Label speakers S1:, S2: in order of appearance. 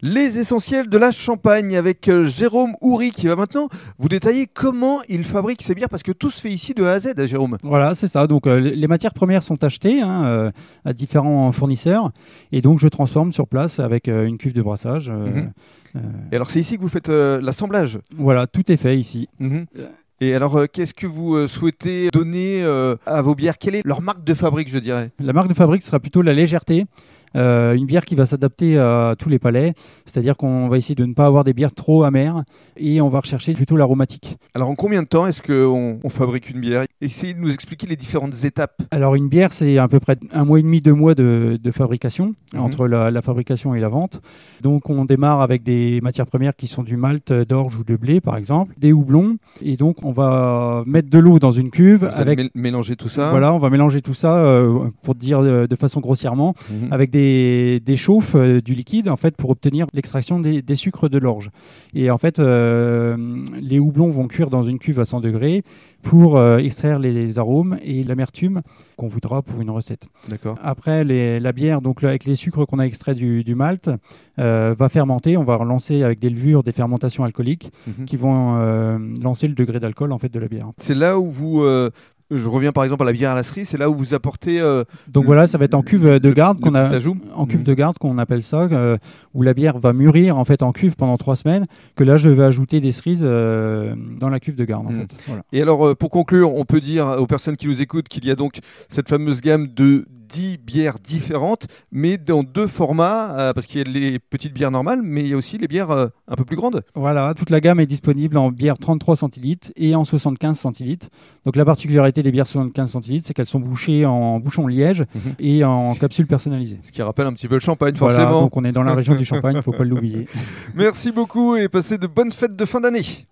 S1: Les essentiels de la Champagne avec euh, Jérôme Houry qui va maintenant vous détailler comment il fabrique ses bières parce que tout se fait ici de A à Z, hein, Jérôme.
S2: Voilà, c'est ça. Donc euh, les les matières premières sont achetées hein, euh, à différents fournisseurs et donc je transforme sur place avec euh, une cuve de brassage. euh,
S1: Mhm. Et alors c'est ici que vous faites euh, l'assemblage.
S2: Voilà, tout est fait ici.
S1: Mhm. Et alors euh, qu'est-ce que vous euh, souhaitez donner euh, à vos bières Quelle est leur marque de fabrique, je dirais
S2: La marque de fabrique sera plutôt la légèreté. euh, une bière qui va s'adapter à tous les palais, c'est-à-dire qu'on va essayer de ne pas avoir des bières trop amères et on va rechercher plutôt l'aromatique.
S1: Alors en combien de temps est-ce qu'on on fabrique une bière Essayez de nous expliquer les différentes étapes.
S2: Alors une bière, c'est à peu près un mois et demi, deux mois de, de fabrication,
S1: Mhm.
S2: entre la, la fabrication et la vente. Donc on démarre avec des matières premières qui sont du malt, euh, d'orge ou de blé par exemple, des houblons, et donc on va mettre de l'eau dans une cuve
S1: Vous allez
S2: avec...
S1: mél- mélanger tout ça.
S2: Voilà, on va mélanger tout ça, euh, pour dire euh, de façon grossièrement,
S1: Mhm.
S2: avec des, des chauffes euh, du liquide en fait pour obtenir l'extraction des, des sucres de l'orge. Et en fait, euh, les houblons vont cuire dans une cuve à 100 degrés pour euh, extraire les arômes et l'amertume qu'on voudra pour une recette.
S1: D'accord.
S2: Après, les- la bière, donc là, avec les sucres qu'on a extraits du, du malt, euh, va fermenter. On va relancer avec des levures des fermentations alcooliques
S1: Mhm.
S2: qui vont euh, lancer le degré d'alcool en fait de la bière.
S1: C'est là où vous. euh, je reviens par exemple à la bière à la cerise, c'est là où vous apportez euh,
S2: Donc
S1: Le-
S2: voilà, ça va être en cuve de
S1: le-
S2: garde
S1: le
S2: qu'on a
S1: petit ajout.
S2: en cuve
S1: Mhm.
S2: de garde qu'on appelle ça, euh, où la bière va mûrir en fait en cuve pendant trois semaines, que là je vais ajouter des cerises euh, dans la cuve de garde en
S1: Mhm.
S2: fait. Voilà.
S1: Et alors, euh, pour conclure, on peut dire aux personnes qui nous écoutent qu'il y a donc cette fameuse gamme de 10 bières différentes, mais dans deux formats, euh, parce qu'il y a les petites bières normales, mais il y a aussi les bières euh, un peu plus grandes.
S2: Voilà, toute la gamme est disponible en bière 33 centilitres et en 75 centilitres. Donc la particularité des bières 75 centilitres, c'est qu'elles sont bouchées en bouchon liège
S1: Mhm.
S2: et en capsule personnalisée.
S1: Ce qui rappelle un petit peu le champagne,
S2: Voilà,
S1: forcément.
S2: donc on est dans la région du Champagne, faut pas l'oublier.
S1: Merci beaucoup et passez de bonnes fêtes de fin d'année.